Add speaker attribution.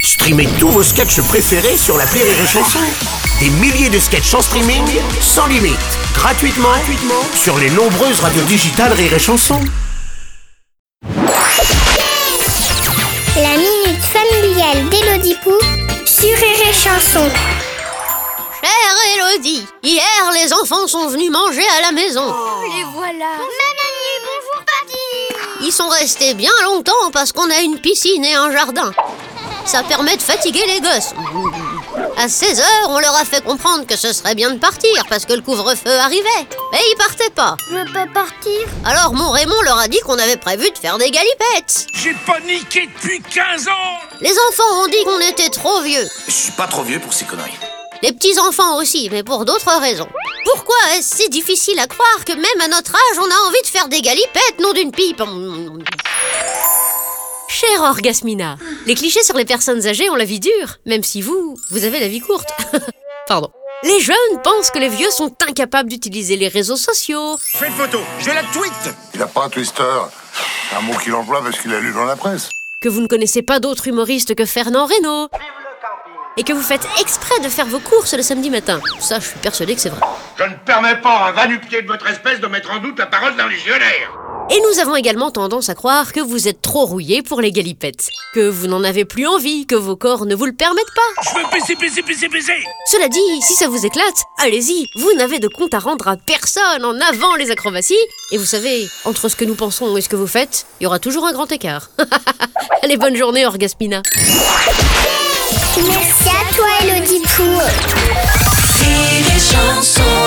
Speaker 1: Streamez tous vos sketchs préférés sur la Rire et Chanson. Des milliers de sketchs en streaming, sans limite, gratuitement, gratuitement sur les nombreuses radios digitales Rire et Chanson.
Speaker 2: La minute familiale d'Élodie Pou sur Rire et Chanson.
Speaker 3: Chère Elodie, hier les enfants sont venus manger à la maison.
Speaker 4: Les voilà
Speaker 2: Mamie, bonjour papy
Speaker 3: Ils sont restés bien longtemps parce qu'on a une piscine et un jardin. Ça permet de fatiguer les gosses. À 16h, on leur a fait comprendre que ce serait bien de partir parce que le couvre-feu arrivait. Mais ils partaient pas.
Speaker 2: Je peux partir
Speaker 3: Alors mon Raymond leur a dit qu'on avait prévu de faire des galipettes.
Speaker 5: J'ai paniqué depuis 15 ans
Speaker 3: Les enfants ont dit qu'on était trop vieux.
Speaker 6: Je suis pas trop vieux pour ces conneries.
Speaker 3: Les petits-enfants aussi, mais pour d'autres raisons. Pourquoi est-ce si difficile à croire que même à notre âge, on a envie de faire des galipettes, non d'une pipe Chère Orgasmina, les clichés sur les personnes âgées ont la vie dure, même si vous, vous avez la vie courte. Pardon. Les jeunes pensent que les vieux sont incapables d'utiliser les réseaux sociaux,
Speaker 5: Fais une photo, je la tweet
Speaker 7: Il n'a pas un twister. C'est un mot qu'il emploie parce qu'il a lu dans la presse.
Speaker 3: que vous ne connaissez pas d'autres humoristes que Fernand Reynaud, et que vous faites exprès de faire vos courses le samedi matin. Ça, je suis persuadée que c'est vrai.
Speaker 5: Je ne permets pas à un vanupier de votre espèce de mettre en doute la parole d'un légionnaire
Speaker 3: Et nous avons également tendance à croire que vous êtes trop rouillé pour les galipettes, que vous n'en avez plus envie, que vos corps ne vous le permettent pas.
Speaker 5: Je veux pisser, pisser, pisser, pisser
Speaker 3: Cela dit, si ça vous éclate, allez-y, vous n'avez de compte à rendre à personne en avant les acrobaties. Et vous savez, entre ce que nous pensons et ce que vous faites, il y aura toujours un grand écart. allez, bonne journée, Orgaspina.
Speaker 2: Merci à toi Élodie Pou
Speaker 8: et les chansons.